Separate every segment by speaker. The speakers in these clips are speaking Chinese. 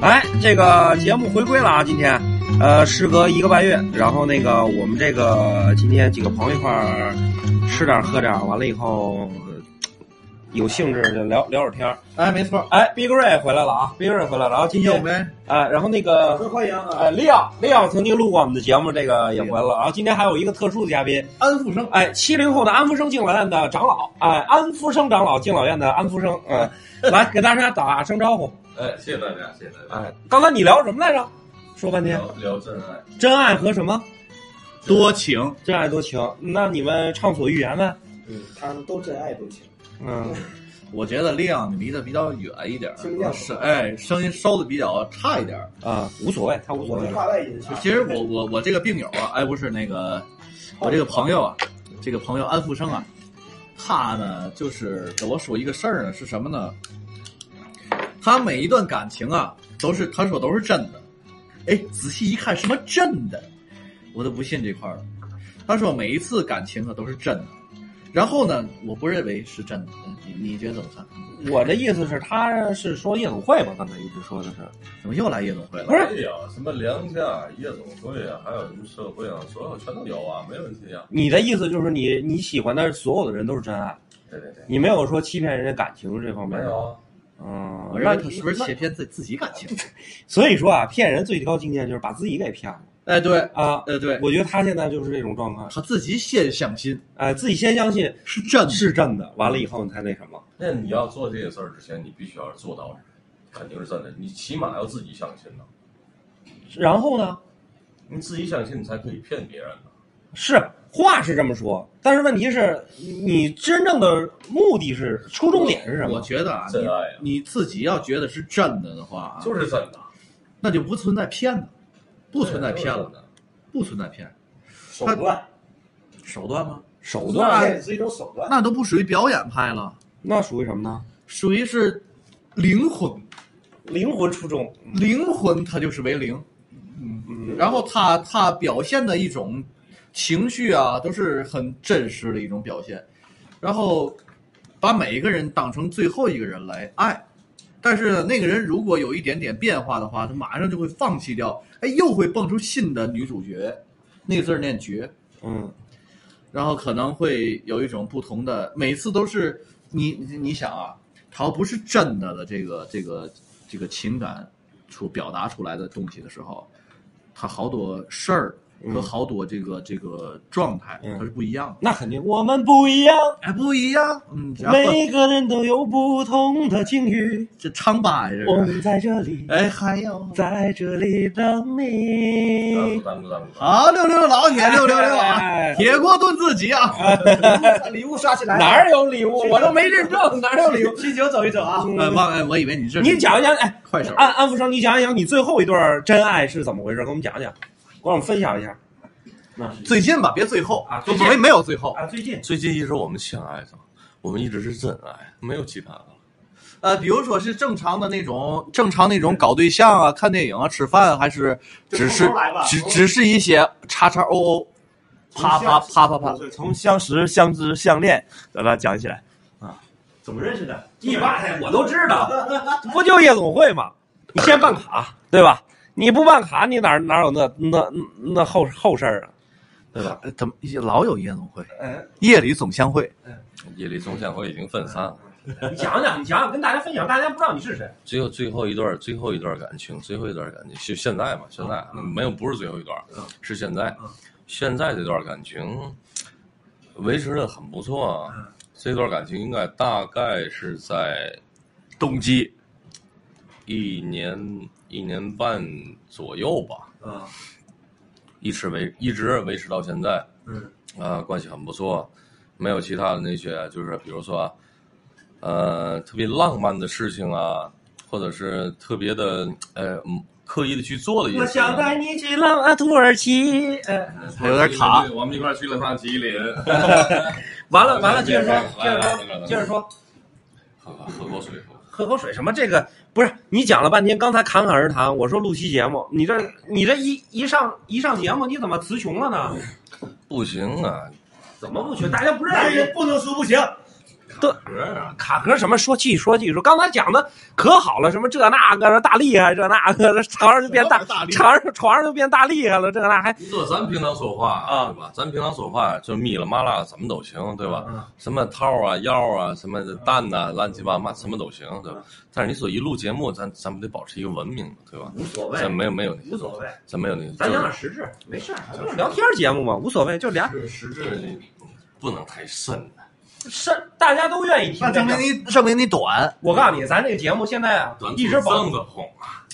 Speaker 1: 哎，这个节目回归了啊，今天，呃，时隔一个半月，然后那个我们这个今天几个朋友一块儿吃点儿喝点儿，完了以后呃有兴致就聊聊会儿天儿。
Speaker 2: 哎，没错，
Speaker 1: 哎，Big Ray 回来了啊，Big Ray 回来了，然后今
Speaker 2: 今天我
Speaker 1: 天
Speaker 2: 们
Speaker 1: 啊、然后那个
Speaker 2: 欢迎啊
Speaker 1: 呃，利奥利奥曾经录过我们的节目，这个也回来了，然后今天还有一个特殊的嘉宾，
Speaker 2: 安富生，
Speaker 1: 哎，七零后的安福生敬老院的长老，哎，安福生长老敬老院的安福生，嗯，来给大家打声招呼。
Speaker 3: 哎，谢谢大家，谢谢大家。
Speaker 1: 哎，刚才你聊什么来着？说
Speaker 2: 哎
Speaker 1: 半天，
Speaker 3: 聊聊真爱，
Speaker 1: 真爱和什么？
Speaker 2: 多情，
Speaker 1: 真爱多情。那你们畅所欲言呗。
Speaker 4: 嗯，他们都真爱多情。
Speaker 1: 嗯，
Speaker 2: 我觉得亮你离得比较远一点儿
Speaker 4: 听不见，
Speaker 2: 是哎，声音收的比较差一点儿。
Speaker 1: 啊，无所谓，他无所
Speaker 4: 我
Speaker 1: 谓
Speaker 4: 是。话外音，
Speaker 2: 其实我我我这个病友啊，哎，不是那个，我这个朋友啊，这个朋友安富生啊，他呢就是给我说一个事儿呢，是什么呢？他每一段感情啊，都是他说都是真的，哎，仔细一看什么真的，我都不信这块儿了。他说每一次感情啊都是真的，然后呢，我不认为是真的，你你觉得怎么看？
Speaker 1: 我的意思是，他是说夜总会吧？刚才一直说的是，
Speaker 2: 怎么又来夜总会了？
Speaker 1: 不是
Speaker 3: 哎呀，什么良家、夜总会啊，还有什么社会啊，所有全都有啊，没问题啊。
Speaker 1: 你的意思就是你你喜欢的所有的人都是真爱，
Speaker 3: 对对对，
Speaker 1: 你没有说欺骗人家感情这方
Speaker 3: 没
Speaker 1: 面。
Speaker 3: 有啊，
Speaker 1: 嗯，那
Speaker 2: 我认为他是不是
Speaker 1: 那
Speaker 2: 切骗自自己感情？
Speaker 1: 所以说啊，骗人最高境界就是把自己给骗了
Speaker 2: 哎，对，
Speaker 1: 啊。
Speaker 2: 呃，对，
Speaker 1: 我觉得他现在就是这种状况，
Speaker 2: 他自己先相信
Speaker 1: 哎，自己先相信
Speaker 2: 是真的。
Speaker 1: 是真的，完了以后你才那什么。
Speaker 3: 那你要做这个事儿之前，你必须要是做到，肯定是真的。你起码要自己相信呢，
Speaker 1: 然后呢，
Speaker 3: 你自己相信，你才可以骗别人呢。
Speaker 1: 是话是这么说，但是问题是，你真正的目的是初衷点是什
Speaker 2: 我
Speaker 1: 么？
Speaker 2: 觉得啊，
Speaker 3: 真爱呀，
Speaker 2: 你你自己要觉得是真的的话啊，
Speaker 3: 就是真的，
Speaker 2: 那就不存在骗子，不存在骗
Speaker 3: 了
Speaker 2: 子，不存在骗
Speaker 4: 手段，
Speaker 2: 手段吗？
Speaker 1: 手
Speaker 2: 那
Speaker 1: 段，啊
Speaker 4: 也是一种手段。
Speaker 2: 那都不属于表演派了，
Speaker 1: 那属于什么呢？
Speaker 2: 属于是灵魂，
Speaker 1: 灵魂出众，
Speaker 2: 灵魂它就是为零，
Speaker 1: 嗯，
Speaker 2: 然后他他表现的一种情绪啊，都是很真实的一种表现，然后把每一个人当成最后一个人来爱。但是呢那个人如果有一点点变化的话，他马上就会放弃掉，哎，又会蹦出新的女主角，那个字儿念绝，
Speaker 1: 嗯，
Speaker 2: 然后可能会有一种不同的，每次都是你你你想啊，他要不是真的的这个这个这个情感出表达出来的东西的时候，他好多事儿和
Speaker 1: 嗯
Speaker 2: 好多这个、这个状态
Speaker 1: 嗯
Speaker 2: 它是不一样的，
Speaker 1: 那肯定，我们不一 样，
Speaker 2: 哎，不一样，嗯，然后
Speaker 1: 每个人都有不同的境遇，
Speaker 2: 这唱吧呀，这
Speaker 1: 我
Speaker 2: 是，
Speaker 1: 们在这里，
Speaker 2: 哎，还有。
Speaker 1: 在这里等
Speaker 3: 耽误
Speaker 1: 你。
Speaker 3: 耽误耽误。耽误
Speaker 2: 好，六六老铁，六六六啊
Speaker 1: 哎！
Speaker 2: 铁锅炖自己啊！
Speaker 4: 礼物刷起来，
Speaker 1: 哪儿有礼物？我都没认证，哪儿有礼物？
Speaker 4: 啤酒走一走啊！
Speaker 2: 哎，忘哎，我以为你这 是
Speaker 1: 你讲一讲，哎，
Speaker 2: 快手，
Speaker 1: 安安富生，你讲一讲你最后一段真爱是怎么回事？给我们讲讲，给我们分享一下。
Speaker 2: 最近吧，别最后
Speaker 1: 啊
Speaker 2: 都
Speaker 1: 最近
Speaker 2: 没没有最后，
Speaker 1: 啊，最近
Speaker 3: 最近一直我们相爱上，我们一直是真爱，没有其他的。
Speaker 2: 呃，比如说是正常的那种，正常那种搞对象啊、看电影啊、吃饭啊，还是只是
Speaker 4: 就从头来吧
Speaker 2: 只只是一些叉叉 O O，啪啪啪啪啪，
Speaker 5: 对，从相识、相知、相恋，咱俩讲起来，
Speaker 1: 啊怎么认识的？一般我都知道，不就夜总会吗？你先办卡，对吧？你不办卡，你哪哪有那那那后后事儿啊？
Speaker 2: 对吧？呃怎么老有夜总会？夜里总相会，
Speaker 3: 夜里总相会已经分散了，
Speaker 1: 你讲讲，你讲讲，跟大家分享，大家不知道你是谁。
Speaker 3: 只有最后一段，最后一段感情，最后一段感情，就现在嘛，现在没有不是最后一段，是现在，现在这段感情维持的很不错啊。这段感情应该大概是在
Speaker 5: 冬季
Speaker 3: 一年一年半左右吧，
Speaker 4: 啊，
Speaker 3: 一直维一直维持到现在，
Speaker 4: 嗯，
Speaker 3: 啊，关系很不错，没有其他的那些，就是比如说啊，呃，特别浪漫的事情啊，或者是特别的呃嗯刻意的去做的一些
Speaker 1: 我
Speaker 3: 事情啊。
Speaker 1: 想带你去浪啊土耳其。呃，
Speaker 2: 有点卡。
Speaker 3: 我们一块儿去了趟吉林。
Speaker 1: 完了完了，接着说，接着
Speaker 3: 来来
Speaker 1: 说，
Speaker 3: 来来
Speaker 1: 接着说，
Speaker 3: 喝喝口水。
Speaker 1: 喝口水什么？这个不是你讲了半天，刚才侃侃而谈，我说录期节目，你这你这一一上一上节目，你怎么词穷了呢？
Speaker 3: 不行啊，
Speaker 1: 怎么不穷？大家不认
Speaker 4: 男
Speaker 1: 识
Speaker 4: 人不能说不行，
Speaker 1: 都卡壳什么说技说技术，刚才讲的可好了，什么这那个大厉害，这那个床上就变大，
Speaker 2: 大力
Speaker 1: 床上床上就变大厉害了，这那还
Speaker 3: 这咱平常说话
Speaker 1: 啊
Speaker 3: 对吧？咱平常说话就蜜了麻辣怎么都行，对吧？什么套啊、腰啊、什么蛋呐、乱七八糟什么都行，对
Speaker 1: 啊
Speaker 3: 吧？但是你说一录节目，咱咱们得保持一个文明，对吧？
Speaker 4: 无所谓
Speaker 3: 咱，没有没有，
Speaker 4: 无所谓，
Speaker 3: 咱没有那，
Speaker 4: 咱
Speaker 3: 就
Speaker 4: 讲
Speaker 3: 是
Speaker 4: 点实质，没事儿，咱就是
Speaker 1: 聊
Speaker 4: 聊
Speaker 1: 天节目嘛，无所谓，就俩
Speaker 3: 实质不能太深。
Speaker 1: 是大家都愿意听
Speaker 2: 那
Speaker 1: 这
Speaker 2: 证明
Speaker 1: 个。
Speaker 2: 你证明你短，
Speaker 1: 我告诉你，咱这个节目现在啊
Speaker 3: 短，
Speaker 1: 一直保
Speaker 3: 的红，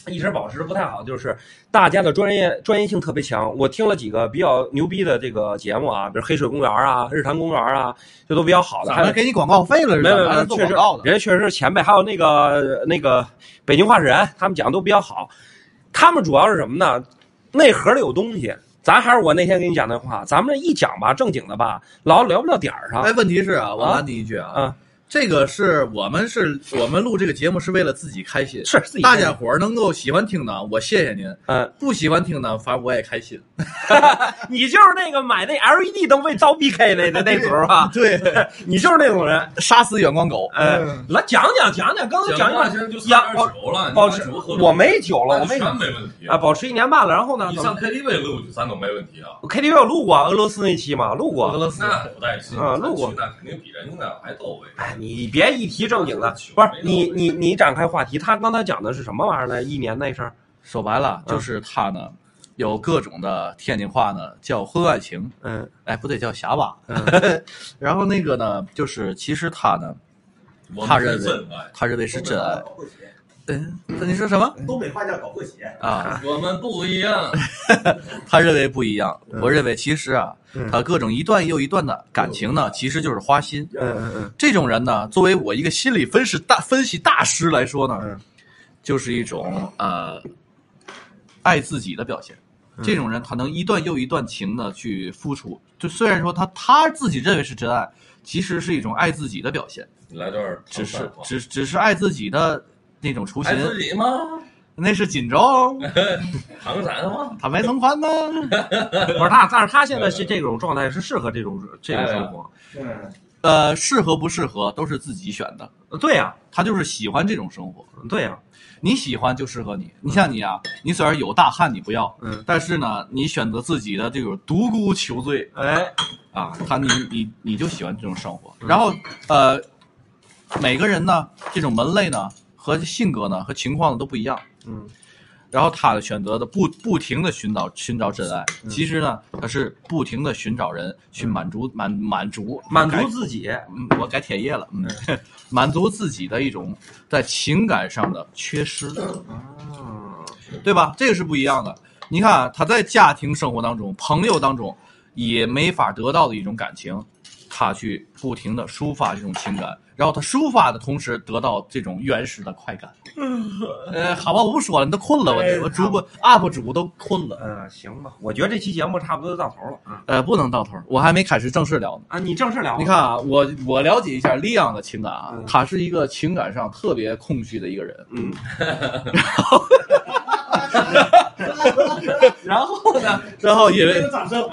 Speaker 1: 一直保持不太好，就是大家的专业专业性特别强。我听了几个比较牛逼的这个节目啊，比如黑水公园啊、日坛公园啊，这都比较好的。
Speaker 2: 咱
Speaker 1: 还
Speaker 2: 们
Speaker 1: 有
Speaker 2: 给你广告费了，
Speaker 1: 没有没有没
Speaker 2: 还
Speaker 1: 有，
Speaker 2: 是做
Speaker 1: 确
Speaker 2: 广
Speaker 1: 实
Speaker 2: 告的。
Speaker 1: 人家确实是前辈，还有那个那个北京话事人，他们讲的都比较好。他们主要是什么呢？内核里有东西。咱还是我那天给你讲那话，咱们这一讲吧，正经的吧，老聊不到点儿上。
Speaker 2: 哎，问题是啊，我
Speaker 1: 啊
Speaker 2: 拦你一句啊，
Speaker 1: 啊
Speaker 2: 这个是我们是我们录这个节目是为了自己开心，
Speaker 1: 是自己
Speaker 2: 大家伙儿能够喜欢听呢，我谢谢您；
Speaker 1: 嗯，
Speaker 2: 不喜欢听呢，反正我也开心。
Speaker 1: 你就是那个买那 LED 灯被遭 BK 那的那主儿吧？
Speaker 2: 对，嗯
Speaker 1: 你就是那种人。
Speaker 2: 杀死远光狗。
Speaker 1: 哎，来讲讲讲讲，刚才讲
Speaker 3: 话
Speaker 1: 讲
Speaker 3: 其实就
Speaker 1: 呀
Speaker 3: 三点酒了，
Speaker 1: 保
Speaker 3: 你
Speaker 1: 持
Speaker 3: 把酒喝了
Speaker 1: 我没酒了，我没酒
Speaker 3: 全没问题
Speaker 1: 啊，。保持一年半了。然后呢
Speaker 3: 你，上 KTV 录去，咱都没问题啊。
Speaker 1: 我 KTV 我录过俄罗斯那期嘛，录
Speaker 2: 俄
Speaker 1: 过。
Speaker 2: 罗斯，
Speaker 3: 那不带劲
Speaker 1: 啊
Speaker 3: 咱
Speaker 1: 录过
Speaker 3: 去那肯定比人家那还到位。
Speaker 1: 哎，你别一提正经的，不是你你你展开话题，他刚才讲的是什么玩意儿呢？一年那事儿，
Speaker 2: 说白
Speaker 1: 嗯
Speaker 2: 了就是他呢，有各种的天津话呢叫婚外情，
Speaker 1: 嗯
Speaker 2: 哎，不对，叫瞎吧。
Speaker 1: 嗯
Speaker 2: 然后那个呢，就是其实他呢，
Speaker 3: 我
Speaker 2: 他
Speaker 3: 们是
Speaker 2: 认为
Speaker 3: 真爱，
Speaker 2: 他认为是真爱。
Speaker 4: 搞破鞋，
Speaker 2: 嗯，你说什么
Speaker 4: 东北话叫搞破鞋，
Speaker 2: 啊？
Speaker 3: 我们不一样。
Speaker 2: 他认为不一样。
Speaker 1: 嗯
Speaker 2: 我认为其实啊，他各种一段又一段的感情呢，其实就是花心。
Speaker 1: 嗯嗯嗯，
Speaker 2: 这种人呢，作为我一个心理分析大分析大师来说呢
Speaker 1: 嗯，
Speaker 2: 就是一种呃爱自己的表现。
Speaker 3: 嗯
Speaker 2: 这种人他能一段又一段情的去付出，就虽然说他他自己认为是真爱，其实是一种爱自己的表现，
Speaker 3: 你来段儿
Speaker 2: 只
Speaker 3: 唐
Speaker 2: 是
Speaker 3: 山话，
Speaker 2: 只只是爱自己的那种雏形
Speaker 3: 爱，自己吗？
Speaker 2: 那是啊锦州，
Speaker 3: 唐山 话，
Speaker 2: 他没存款呢。
Speaker 1: 不是他，但是他现在是这种状态是适合这种这种生活。
Speaker 4: 嗯，
Speaker 2: 呃，适合不适合都是自己选的，
Speaker 1: 呃对呀
Speaker 2: 他就是喜欢这种生活。
Speaker 1: 对呀，
Speaker 2: 你喜欢就适合你。你像你啊，你虽然有大汉你不要，
Speaker 1: 嗯，
Speaker 2: 但是呢，你选择自己的这种独孤求醉
Speaker 1: 哎，
Speaker 2: 啊，他你你你就喜欢这种生活。
Speaker 1: 嗯
Speaker 2: 然后呃，每个人呢，这种门类呢和性格呢和情况呢都不一样，
Speaker 1: 嗯
Speaker 2: 然后他选择的不不停的寻找寻找真爱，
Speaker 1: 嗯
Speaker 2: 其实呢，他是不停的寻找人去满足满满足
Speaker 1: 满
Speaker 2: 改
Speaker 1: 足自己，
Speaker 2: 嗯，我改铁业了，嗯， 满足自己的一种在情感上的缺失，对吧？这个哦是不一样的。你看啊，他在家庭生活当中、朋友当中也没法得到的一种感情，他去不停的抒发这种情感，然后他抒发的同时得到这种原始的快感。 呃，好吧，我不说了，你都困了，我我主播 UP 主都困了，
Speaker 1: 嗯，行吧，我觉得这期节目差不多就到头了啊
Speaker 2: 呃，不能到头儿，我还没开始正式聊呢。
Speaker 1: 啊，你正式聊吧，
Speaker 2: 你看啊，我我了解一下利昂的情感啊
Speaker 1: 嗯，
Speaker 2: 他是一个情感上特别空虚的一个人。
Speaker 1: 嗯，然后呢，
Speaker 2: 然后因
Speaker 4: 这
Speaker 2: 为
Speaker 4: 个掌声，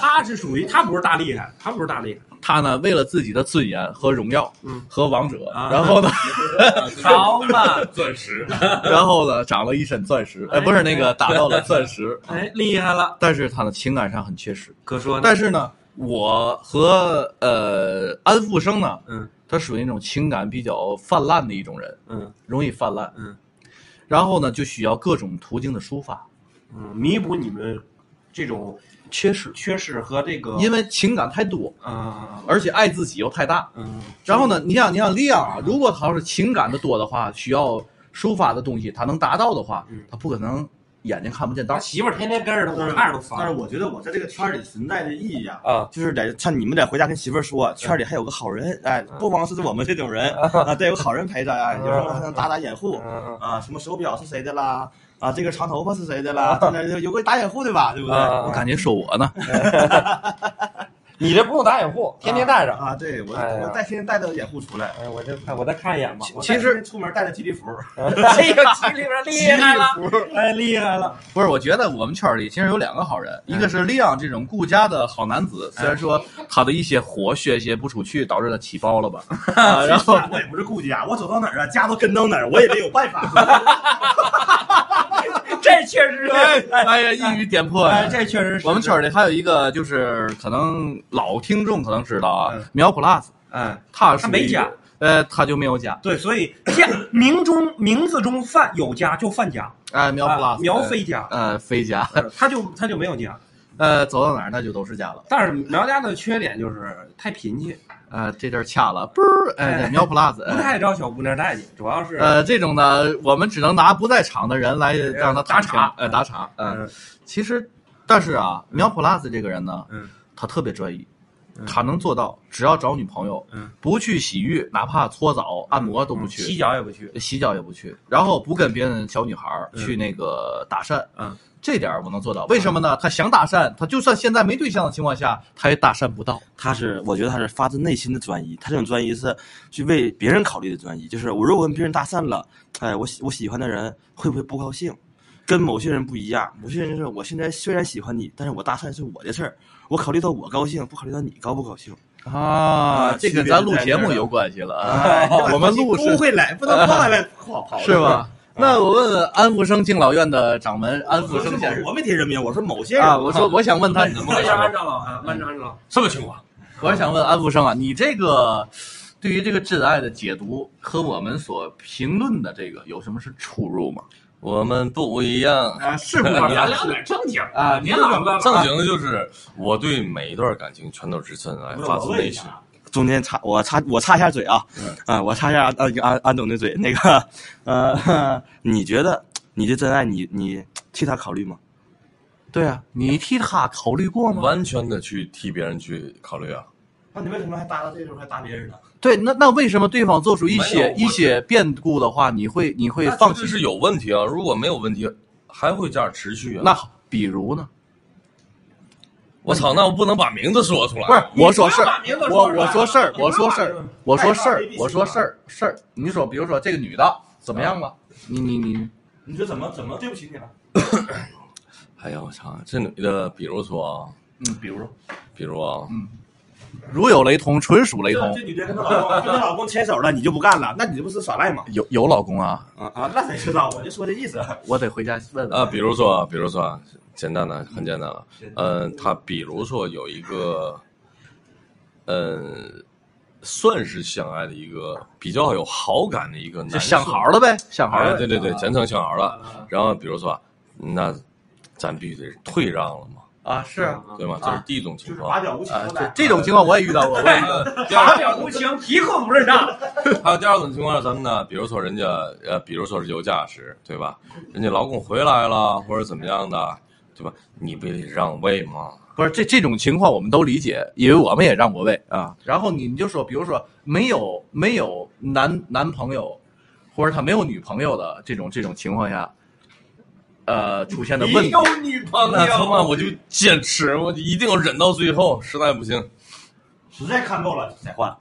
Speaker 1: 他是属于他不是大厉害，他不是大厉害，
Speaker 2: 他呢，为了自己的尊严和荣耀，
Speaker 1: 嗯
Speaker 2: 和王者，
Speaker 1: 啊
Speaker 2: 然后呢，
Speaker 1: 好嘛，
Speaker 3: 钻石，
Speaker 2: 然后呢，长了一身钻石，哎，
Speaker 1: 哎
Speaker 2: 不是那个打到了钻石，
Speaker 1: 哎，厉害了，
Speaker 2: 但是他的情感上很缺失。
Speaker 1: 可说呢，
Speaker 2: 但是呢，我和呃安富生呢，
Speaker 1: 嗯，
Speaker 2: 他属于那种情感比较泛滥的一种人，
Speaker 1: 嗯
Speaker 2: 容易泛滥，
Speaker 1: 嗯，
Speaker 2: 然后呢，就需要各种途径的抒发，
Speaker 1: 嗯，弥补你们这种
Speaker 2: 缺失，
Speaker 1: 缺失和这个
Speaker 2: 因为情感太多，
Speaker 1: 啊，
Speaker 2: 而且爱自己又太大。
Speaker 1: 嗯，
Speaker 2: 然后呢，你想，你想利昂啊，如果他要是情感的多的话，需要抒发的东西，他能达到的话
Speaker 1: 嗯，哎
Speaker 2: 他不可能眼睛看不见道
Speaker 1: 他
Speaker 2: 儿。
Speaker 1: 媳妇儿天天跟着他，我看着都
Speaker 4: 但是
Speaker 1: 烦
Speaker 4: 我觉得我在这个圈儿里存在的意义啊，
Speaker 1: 啊。嗯
Speaker 4: 就是得像你们得回家跟媳妇儿说，圈里还有个好人，哎，不光是我们这 种人啊，得有个好人陪着啊，有时候还能打打掩护
Speaker 1: 嗯
Speaker 4: 啊，什么手表是谁的啦，啊，这个长头发
Speaker 1: 嗯
Speaker 4: 是谁的啦，这那有有个打掩护的吧，对不对？
Speaker 1: 啊
Speaker 2: 我感觉说我呢，
Speaker 1: 你这不用打掩护，天天带着。
Speaker 4: 啊，对我
Speaker 1: 哎呀
Speaker 4: 我带天天带着掩护出来，
Speaker 1: 哎，我这看我再看一眼吧。
Speaker 4: 其实出门带着吉利服，
Speaker 1: 哎呦，吉利边厉害 了，哎，厉害了。
Speaker 2: 不是，我觉得我们圈儿里其实有两个好人，
Speaker 1: 哎
Speaker 2: 一个是利昂这种顾家的好男子，虽然说他的一些火血些不出去，导致他起包了吧， 啊然后
Speaker 4: 我也不是顾家，我走到哪儿啊，家都跟到哪儿，我也得有办 法。
Speaker 1: 这确实是，
Speaker 2: 哎呀，一语点破
Speaker 1: 哎，
Speaker 2: 呀。
Speaker 1: 这确实是。
Speaker 2: 我们圈儿里还有一个就是可能老听众可能知道啊，苗 plus，
Speaker 1: 嗯，
Speaker 2: 他
Speaker 1: 他没家
Speaker 2: 家，呃，他就没有家，
Speaker 1: 对，所以家名中名字中犯有家就犯家，
Speaker 2: 哎，苗
Speaker 1: 啊
Speaker 2: plus，
Speaker 1: 苗，非家，
Speaker 2: 呃，非家，
Speaker 1: 呃他就他就没有家。
Speaker 2: 呃，走到哪儿那就都是家了，
Speaker 1: 但是苗家的缺点就是太贫气，
Speaker 2: 呃，这地儿掐了，嘣儿，哎，苗 plus，
Speaker 1: 不
Speaker 2: 哎
Speaker 1: 太招小姑娘待见，主要是
Speaker 2: 呃，这种呢，我们只能拿不在场的人来让他
Speaker 1: 打
Speaker 2: 躺平
Speaker 1: 岔
Speaker 2: 呃，打岔。嗯
Speaker 1: 嗯，
Speaker 2: 其实，但是啊，苗 plus 这个人呢，
Speaker 1: 嗯，
Speaker 2: 他特别专一，他能做到，只要找女朋友，
Speaker 1: 嗯，
Speaker 2: 不去洗浴，哪怕搓澡、按摩都不
Speaker 1: 洗
Speaker 2: 去，
Speaker 1: 嗯脚也不去，
Speaker 2: 嗯洗脚也不去，然后不跟别人小女孩儿去那个搭讪，
Speaker 1: 嗯。
Speaker 2: 这点儿我能做嗯到，为什么呢？他想搭讪，他就算现在没对象的情况下，他也搭讪不到。
Speaker 4: 他是，我觉得他是发自内心的专一，他这种专一是去为别人考虑的专一，就是我如果跟别人搭讪了，哎，我喜我喜欢的人会不会不高兴？跟某些人不一样，某些人就是我现在虽然喜欢你，但是我搭讪是我的事儿，我考虑到我高兴，不考虑到你高不高兴。
Speaker 2: 啊这跟咱录节目有关系了 啊！我们录是
Speaker 4: 哎不会来，不能 过来跑跑
Speaker 2: 是吧？？那我问问安福生敬老院的掌门安福
Speaker 4: 我
Speaker 2: 生先生
Speaker 4: 我没提人名，我说某些人
Speaker 2: 啊，我说我想问他，你
Speaker 1: 慢着按照了啊，慢着按照了。
Speaker 3: 什么情况？
Speaker 2: 我想问安福生啊，你这个对于这个挚爱的解读和我们所评论的这个有什么是出入吗？
Speaker 3: 我们不一样，
Speaker 2: 啊，是
Speaker 1: 咱聊点正经啊，您老了
Speaker 3: 正经的就是我对每一段感情全都是真爱，发自内心。
Speaker 4: 中间插我插我插一下嘴啊，啊、我插一下安安安总的嘴，那个呃， 你觉得你的真爱你你替他考虑吗？
Speaker 2: 对啊，你替他考虑过吗？
Speaker 3: 完全的去替别人去考虑啊！
Speaker 4: 那你为什么还搭到这时候还搭别人呢？
Speaker 2: 对，那那为什么对方做出一
Speaker 3: 没有
Speaker 2: 些
Speaker 3: 我
Speaker 2: 一些变故的话，你会你会
Speaker 3: 那
Speaker 2: 放
Speaker 3: 这
Speaker 2: 弃？
Speaker 3: 是有问题啊！如果没有问题，还会这样持续啊？
Speaker 2: 那好比如呢？
Speaker 3: 我操，那我不能把名字说出来。
Speaker 2: 不是，我说
Speaker 1: 不
Speaker 2: 事
Speaker 1: 要
Speaker 2: 儿
Speaker 1: 把名字，说
Speaker 2: 我
Speaker 1: 出来啊
Speaker 2: 我说事儿，
Speaker 1: 你不要
Speaker 2: 我说
Speaker 1: 把
Speaker 2: 事
Speaker 1: 名
Speaker 2: 儿
Speaker 1: 字，
Speaker 2: 我说事
Speaker 4: 太
Speaker 2: 儿
Speaker 4: 好，了
Speaker 2: 我说事儿事儿。你说，比如说这个女的怎么样了？你你你，
Speaker 4: 你说怎么怎么对不起你 了？
Speaker 3: 哎呀，我操，这女的，比如说啊，
Speaker 2: 嗯，比如说
Speaker 3: 比如啊，
Speaker 2: 如有雷同，纯属雷
Speaker 4: 这
Speaker 2: 同
Speaker 4: 这。女的跟她老公跟她老公牵手了，你就不干了？那你这不是耍赖吗？
Speaker 2: 有有老公啊，
Speaker 4: 啊啊，那谁知道？我就说这意思。
Speaker 2: 我得回家问问
Speaker 3: 啊，比如说啊，比如说啊，简单的，很简单了。呃，他比如说有一个，呃，算是相爱的一个比较有好感的一个男
Speaker 2: 就
Speaker 3: 生
Speaker 2: 相好了呗，相好
Speaker 3: 哎
Speaker 2: 了。啊
Speaker 3: 对对对，简称相好了。然后比如说啊，那咱必须得退让了嘛，
Speaker 2: 啊，是啊，
Speaker 3: 对吗？这是第一种情况。
Speaker 4: 拔脚无情
Speaker 2: 啊
Speaker 4: 的
Speaker 2: 这这种情况我也遇到过。我也遇到过
Speaker 1: 傻啊表无情，皮裤不是啊上。
Speaker 3: 还有第二种情况是什么呢？比如说人家呃，比如说是有家室，对吧？人家老公回来了或者怎么样的，对吧？你不也得让位吗？
Speaker 2: 不是这这种情况我们都理解，因为我们也让过位啊。然后你你就说，比如说没有没有男男朋友，或者他没有女朋友的这种这种情况下，呃，出现的问
Speaker 1: 你
Speaker 2: 题
Speaker 1: 有女朋
Speaker 3: 那他妈
Speaker 1: 友？
Speaker 3: 我就坚持，我就一定要忍到最后，实在不行，
Speaker 4: 实在看够了再换。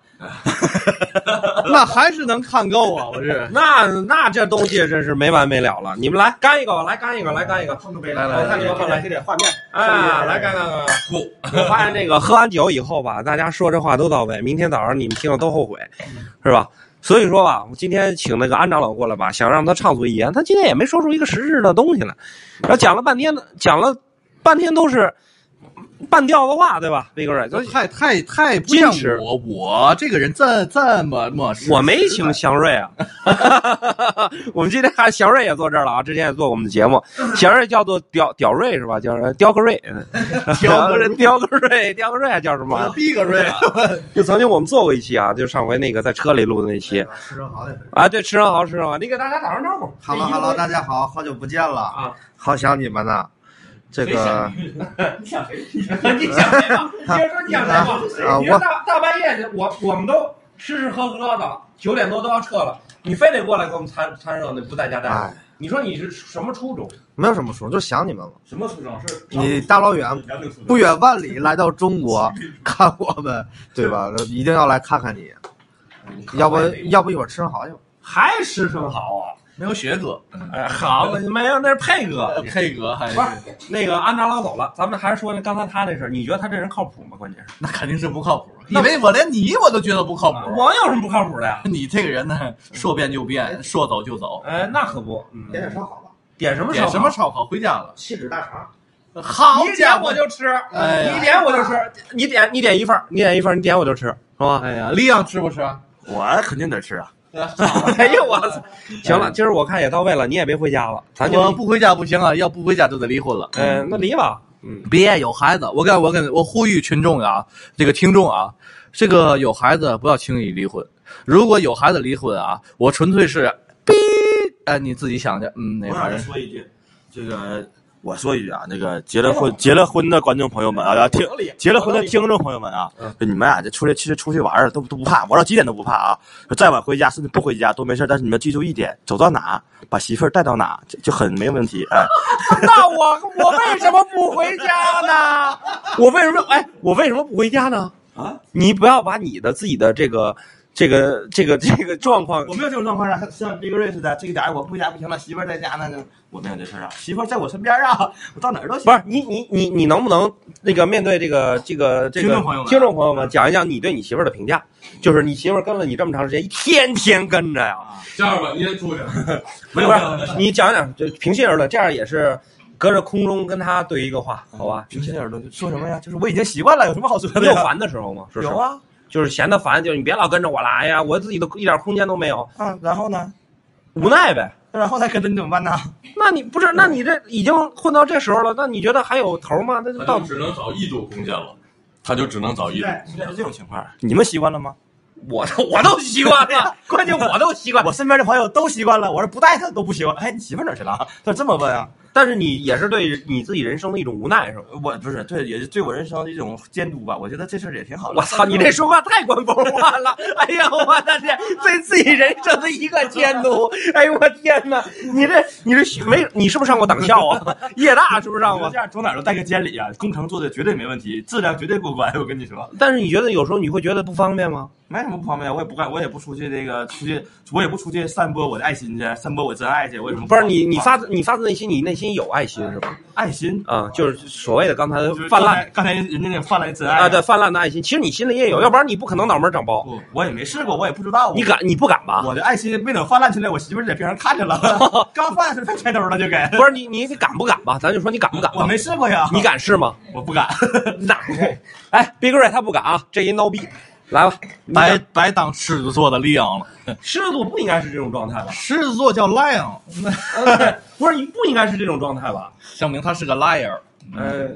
Speaker 2: 那还是能看够啊！我是
Speaker 1: 那那这东西真是没完没了了。你们来干一个吧，来干一个，来干一个。
Speaker 4: 碰个杯
Speaker 2: 来来
Speaker 4: 我看你们
Speaker 1: 来来
Speaker 4: 这点画面
Speaker 1: 哎，来干干干。
Speaker 3: 不，
Speaker 1: 我 发现这个喝完酒以后吧，大家说这话都到位，明天早上你们听了都后悔，
Speaker 2: 嗯
Speaker 1: 是吧？所以说吧，我今天请那个安长老过来吧，想让他畅所欲言，他今天也没说出一个实质的东西来，然后讲了半天，讲了半天都是半调子话，对吧？魏哥，所以
Speaker 2: 太太太不像
Speaker 1: 矜持
Speaker 2: 我，我这个人这这么么实
Speaker 1: 我没
Speaker 2: 实
Speaker 1: 请祥瑞啊， 我们今天还祥瑞也坐这儿了啊，之前也做过我们的节目，
Speaker 2: 嗯
Speaker 1: 祥瑞叫做屌屌瑞是吧？叫什么雕刻瑞，嗯
Speaker 2: 雕刻瑞
Speaker 1: 雕刻瑞，雕刻瑞还啊叫什么玩意儿？
Speaker 2: 逼格瑞啊，
Speaker 1: 就曾经我们做过一期啊，就上回那个在车里录的那期
Speaker 6: 吃生蚝的。
Speaker 1: 啊，对，吃生蚝，吃生蚝，你给大家打声招呼。
Speaker 6: Hello Hello，大家好，好久不见了
Speaker 1: 啊，
Speaker 6: 好想你们呐。这
Speaker 4: 呃
Speaker 6: 个
Speaker 1: 你想谁？你 想谁 吧？你别说你想谁吧
Speaker 6: 啊？
Speaker 1: 你说大大半夜的，我我们都吃吃喝喝的，九点多都要撤了，你非得过来给我们掺掺热闹，不在家待着
Speaker 6: 哎，
Speaker 1: 你说你是什么初衷？
Speaker 6: 没有什么说，就想你们了。
Speaker 1: 什么初衷？是
Speaker 6: 你大老远不远万里来到中国 看我们，对吧？一定要来看看你，要不要不一会儿吃上好去吧。
Speaker 1: 还吃生蚝啊？
Speaker 2: 没有学 哥，
Speaker 1: 哎，好，没有，那是配 哥。
Speaker 2: 配哥还是
Speaker 1: 哎不是那个安扎拉走了，咱们还是说那刚才他那事儿，你觉得他这人靠谱吗？关键是，
Speaker 2: 那肯定是不靠 谱。因为我连你我都觉得不靠谱，
Speaker 1: 我有什么不靠谱的呀？
Speaker 2: 你这个人呢，说变就变，说走就走，
Speaker 1: 哎，那可不，嗯
Speaker 6: 点烧烤吧，
Speaker 1: 点什么
Speaker 2: 点
Speaker 1: 烧
Speaker 2: 什么烧烤回家了？
Speaker 6: 锡纸大肠。
Speaker 2: 好
Speaker 1: 你
Speaker 2: 家
Speaker 1: 点
Speaker 2: 伙
Speaker 1: 我，就吃，
Speaker 2: 哎呀
Speaker 1: 你点我就吃，你点你点一份儿，你点一份儿，你点我就吃， 是吧？
Speaker 2: 哎呀，力量吃不吃？
Speaker 4: 我肯定得吃啊，
Speaker 1: 哎呦我操！行了，今儿我看也到位了，你也别回家了，咱
Speaker 2: 我
Speaker 1: 就
Speaker 2: 不回家不行啊，要不回家就得离婚了。
Speaker 1: 嗯，那离吧。
Speaker 2: 别有孩子，我跟我跟我呼吁群众啊，这个听众啊，这个有孩子不要轻易离婚。如果有孩子离婚啊，我纯粹是，哔，哎，你自己想去，嗯，那
Speaker 4: 我
Speaker 2: 反
Speaker 4: 想
Speaker 2: 正
Speaker 4: 说一句，这个我说一句啊，那个结了婚结了婚的观众朋友们啊，要听结了婚的听众朋友们啊，就你们啊，这出去其实出去玩儿都都不怕，玩到几点都不怕啊。就再晚回家，甚至不回家都没事儿，但是你们要记住一点，走到哪把媳妇儿带到哪，这就很没有问题。哎，
Speaker 1: 那我我为什么不回家呢？我为什么哎，我为什么不回家呢？
Speaker 4: 啊，
Speaker 1: 你不要把你的自己的这个这个这个这个状况
Speaker 4: 我没有这种状况啊，像 Big Ray 似的，这个点儿我回家不行了，媳妇儿在家呢，就我没有这事儿啊，媳妇儿在我身边儿啊，我到哪儿都行。
Speaker 1: 不是你你你你能不能那个面对这个这个这个
Speaker 4: 听众朋友们
Speaker 1: 听众朋友们讲一讲你对你媳妇儿的评价？就是你媳妇儿跟了你这么长时间，一天天跟着呀，
Speaker 7: 这样吧，你先出去。
Speaker 1: 没有不是你讲讲，就平心而论，这样也是隔着空中跟她对一个话，好吧？
Speaker 4: 平时耳朵说什么呀？就是我已经习惯了，有什么好说的
Speaker 1: 你有
Speaker 4: 呀？
Speaker 1: 烦的时候吗？是不是
Speaker 4: 有，啊
Speaker 1: 就是嫌她烦，就是你别老跟着我了，哎呀，我自己都一点空间都没有，
Speaker 4: 啊，然后呢？
Speaker 1: 无奈呗。
Speaker 4: 然后再跟着你怎么办呢？
Speaker 1: 那你不是？那你这已经混到这时候了，那你觉得还有头吗？那就
Speaker 3: 他
Speaker 1: 到
Speaker 3: 就只能找异度空间了，他就只能找异度。
Speaker 4: 现在是这种情况，你们习惯了吗？
Speaker 1: 我都我都习惯了， 关键我都习惯了。
Speaker 4: 我身边的朋友都习惯了，我是不带他都不习惯。哎，你媳妇儿哪儿去了？他这么问啊？
Speaker 1: 但是你也是对你自己人生的一种无奈，是吧？
Speaker 4: 我不是，这也是对我人生的一种监督吧。我觉得这事儿也挺好 的。
Speaker 1: 我操，你这说话太官方化了！ 哎呀，我的天，对自己人生的一个监督！ 哎呦，我天哪，你这你这学没你是不是上过党校啊？ 夜大是不是上
Speaker 4: 我
Speaker 1: 过
Speaker 4: 这？样走哪儿都带个监理啊，工程做的绝对没问题，质量绝对过关。我跟你说，
Speaker 1: 但是你觉得有时候你会觉得不方便吗？
Speaker 4: 没什么不方便，我也不干，我也不出去这个出去，我也不出去散播我的爱心去，散播我真爱去。我有什么
Speaker 1: 不是你
Speaker 4: 方
Speaker 1: 你发自你发自内心，你内心有爱心是吧？
Speaker 4: 爱心
Speaker 1: 啊，就是所谓的刚才
Speaker 4: 就是
Speaker 1: 泛滥
Speaker 4: 刚才，刚才人家那泛滥真爱嗯
Speaker 1: 啊，对泛滥的爱心，其实你心里也有，要不然你不可能脑门长包。
Speaker 4: 不，我也没试过，我也不知道。
Speaker 1: 你敢你不敢吧？
Speaker 4: 我的爱心没等泛滥出来，我媳妇儿在边上看见了， 刚泛出来揣兜了就给。
Speaker 1: 不是你你你敢不敢吧？咱就说你敢不敢吧？
Speaker 4: 我没试过呀，
Speaker 1: 你敢是吗？
Speaker 4: 我不敢，
Speaker 1: 那哎，Big Ray 他不敢啊，这一孬逼，来吧，你
Speaker 2: 白
Speaker 1: 讲
Speaker 2: 白当狮子座的力量了。
Speaker 1: 狮子哎座不应该是这种状态吧？
Speaker 2: 狮子座叫 lion，
Speaker 1: 呃对 不是，你不应该是这种状态吧？
Speaker 2: 证明他是个 liar。
Speaker 1: 呃，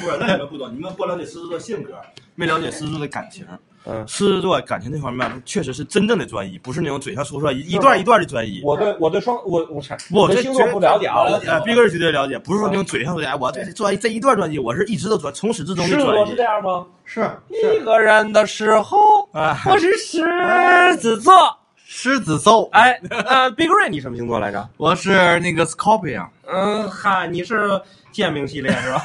Speaker 4: 不是，那你们不懂，你们不了解狮子座性格，没了解狮子座的感情。
Speaker 1: 嗯
Speaker 4: 狮子座感情这方面确实是真正的专一，不是那种嘴上说出来一一段一段的专一。
Speaker 1: 我对我对双我我
Speaker 4: 不我
Speaker 1: 对
Speaker 4: 这
Speaker 1: 星座
Speaker 4: 绝
Speaker 1: 不了解啊。
Speaker 4: 呃，逼哥是绝对了解，不是说那种嘴上说哎，我对专一这一段专一，我是一直都专，从始至终
Speaker 1: 狮
Speaker 4: 的
Speaker 1: 子座
Speaker 4: 专
Speaker 1: 是
Speaker 4: 一
Speaker 1: 这。样吗？
Speaker 6: 是
Speaker 1: 一个人的时候，
Speaker 4: 啊，
Speaker 1: 我是狮子座。
Speaker 2: 狮子座，
Speaker 1: 哎，呃，Big Ray 你什么星座来着？
Speaker 2: 我是那个 scorpion，scorpion
Speaker 1: 嗯，嗨，你是剑明系列是 吧？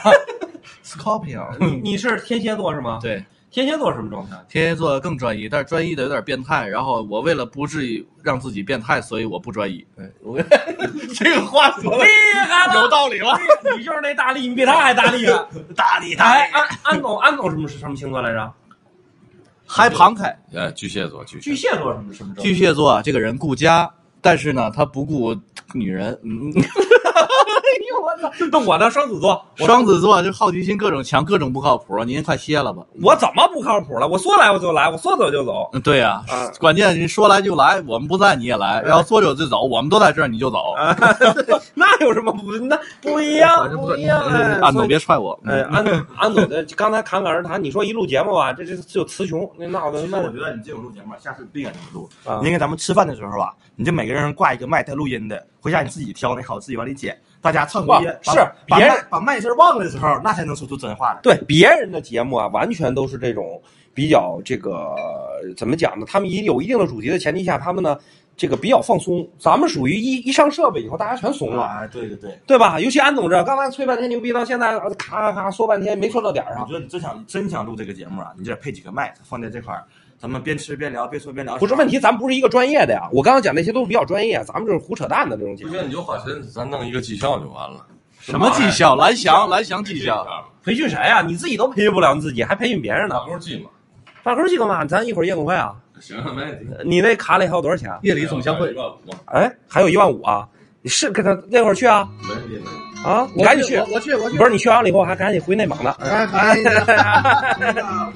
Speaker 1: 你你是天蝎座是吗？
Speaker 2: 对。
Speaker 1: 天蝎座什么状态？
Speaker 2: 天蝎座更专一，但是专一的有点变态。然后我为了不至于让自己变态，所以我不专一。哎我 这个话说的
Speaker 1: 厉害了，
Speaker 2: 有道理了。
Speaker 1: 你就是那大力，你比他还 大力呢。
Speaker 4: 大理大
Speaker 1: 哎
Speaker 4: 理，，
Speaker 1: 安安总，安总什么什么星座来着？
Speaker 2: 还庞开，
Speaker 3: 哎，巨蟹座，巨蟹
Speaker 1: 巨蟹座什么什么座？
Speaker 2: 巨蟹座啊，这个人顾家，但是呢，他不顾女人。嗯，
Speaker 1: 那我的双子座，我
Speaker 2: 双子座就好奇心各种强，各种不靠谱。您快歇了吧。
Speaker 1: 我怎么不靠谱了？我说来我就来，我说走就走。
Speaker 2: 嗯，对呀、
Speaker 1: 啊哎
Speaker 2: 关键是说来就来，我们不在你也来，然后说走就走，我们都在这儿你就走。
Speaker 1: 那有什么不那不一样？不一样。哎所
Speaker 2: 安总
Speaker 1: 以
Speaker 2: 别踹我。
Speaker 4: 嗯
Speaker 1: 哎，安安总的刚才侃侃而谈，你说一录节目吧，这这就词穷，那闹得
Speaker 4: 其实
Speaker 1: 那
Speaker 4: 我觉得你这种录节目，下次不应该这么录。
Speaker 1: 啊
Speaker 4: 你应该咱们吃饭的时候啊，你就每个人挂一个麦带录音的，回家你自己挑那好，自己往里剪。大家唱回
Speaker 1: 哇
Speaker 4: 音
Speaker 1: 是
Speaker 4: 把
Speaker 1: 别人
Speaker 4: 麦把麦声忘了的时候，那才能说出真话来。
Speaker 1: 对别人的节目啊，完全都是这种比较这个怎么讲呢？他们也有一定的主题的前提下，他们呢这个比较放松。咱们属于一一上设备以后，大家全怂了，
Speaker 4: 啊，对对对，
Speaker 1: 对吧？尤其安总这，刚才吹半天牛逼，到现在呃咔咔咔说半天没说到点儿
Speaker 4: 我
Speaker 1: 上，
Speaker 4: 觉得你真想真想录这个节目啊，你就得配几个麦放在这块儿，咱们边吃边聊，边说边聊。
Speaker 1: 不是问题，咱们不是一个专业的呀。我刚刚讲那些都是比较专业，咱们就是胡扯淡的这种节
Speaker 3: 不
Speaker 1: 目。
Speaker 3: 行，你就花钱，咱弄一个绩效就完了。
Speaker 2: 什么绩效？蓝翔，蓝翔绩效。
Speaker 1: 培训谁呀、你自己都培训不了你自己，还培训别人呢？
Speaker 3: 大钩记嘛，
Speaker 1: 大哥几个嘛？咱一会儿夜总会啊，
Speaker 3: 行了，没问题。
Speaker 1: 你那卡里还有多少钱？啊
Speaker 2: 夜里总相
Speaker 3: 一
Speaker 2: 会，
Speaker 3: 万五，
Speaker 1: 哎，还有一万五啊！你是跟他那会儿去啊？
Speaker 3: 没问题，没问题。
Speaker 1: 啊，你赶紧去
Speaker 2: 我！我去，我去。
Speaker 1: 不是你去完了以后还赶紧回内蒙呢。
Speaker 6: 哎哎呀，